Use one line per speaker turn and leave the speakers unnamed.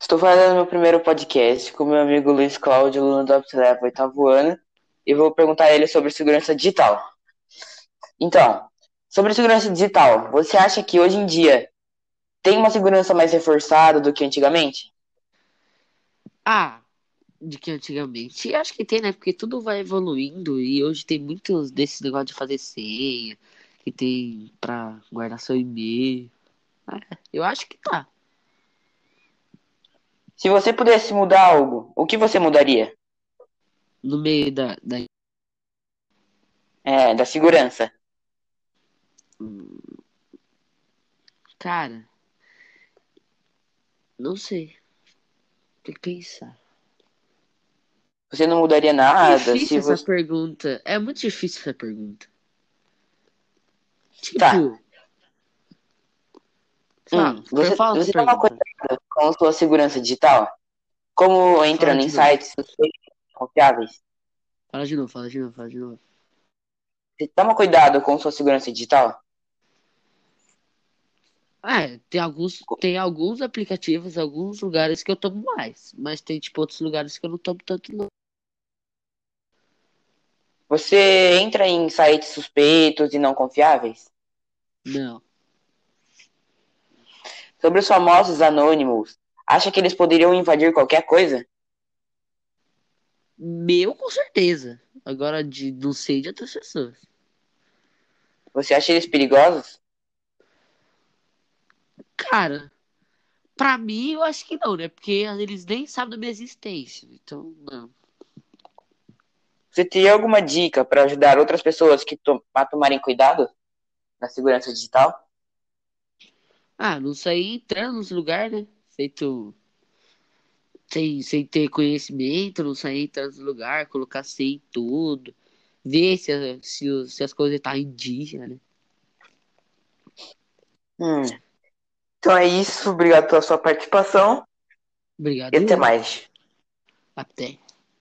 Estou fazendo meu primeiro podcast com meu amigo Luiz Cláudio, aluno do Optileva oitavo ano, e vou perguntar a ele sobre segurança digital. Então, sobre segurança digital, você acha que hoje em dia tem uma segurança mais reforçada do que antigamente?
Ah, de que antigamente. E acho que tem, né? Porque tudo vai evoluindo e hoje tem muitos desses negócios de fazer senha, que tem pra guardar seu e-mail. Ah, Eu acho que tá.
Se você pudesse mudar algo, o que você mudaria?
No meio da, da
É, da segurança.
Cara, não sei. Tem que pensar.
Você não mudaria
É
nada se
difícil essa
você.
pergunta. É muito difícil essa pergunta. Tipo,
Tá.
fala,
Hum, você,
fala outra
você toma
pergunta.
cuidado com sua segurança digital? Como
Fala
entrando em
de novo.
sites suspeitos, confiáveis?
Fala de novo, fala de novo, fala de novo.
Você toma cuidado com sua segurança digital?
É, tem alguns, tem alguns aplicativos, alguns lugares que eu tomo mais, mas tem tipo outros lugares que eu não tomo tanto não.
Você entra em sites suspeitos e não confiáveis?
Não.
Sobre os famosos anônimos, acha que eles poderiam invadir qualquer coisa?
Meu com certeza. Agora de não sei de outras pessoas.
Você acha eles perigosos?
Cara, pra mim eu acho que não, né? Porque eles nem sabem da minha existência. Então, não.
Você teria alguma dica para ajudar outras pessoas que to a tomarem cuidado na segurança digital?
Ah, não sair entrando nos lugares, né? Feito sem, sem ter conhecimento, não sair entrando nos lugares, colocar senha em tudo. Ver se, a- se, o- se as coisas estão em dia, né?
Hum, Então é isso, obrigado pela sua participação e
Obrigado,
até
eu.
mais.
Até.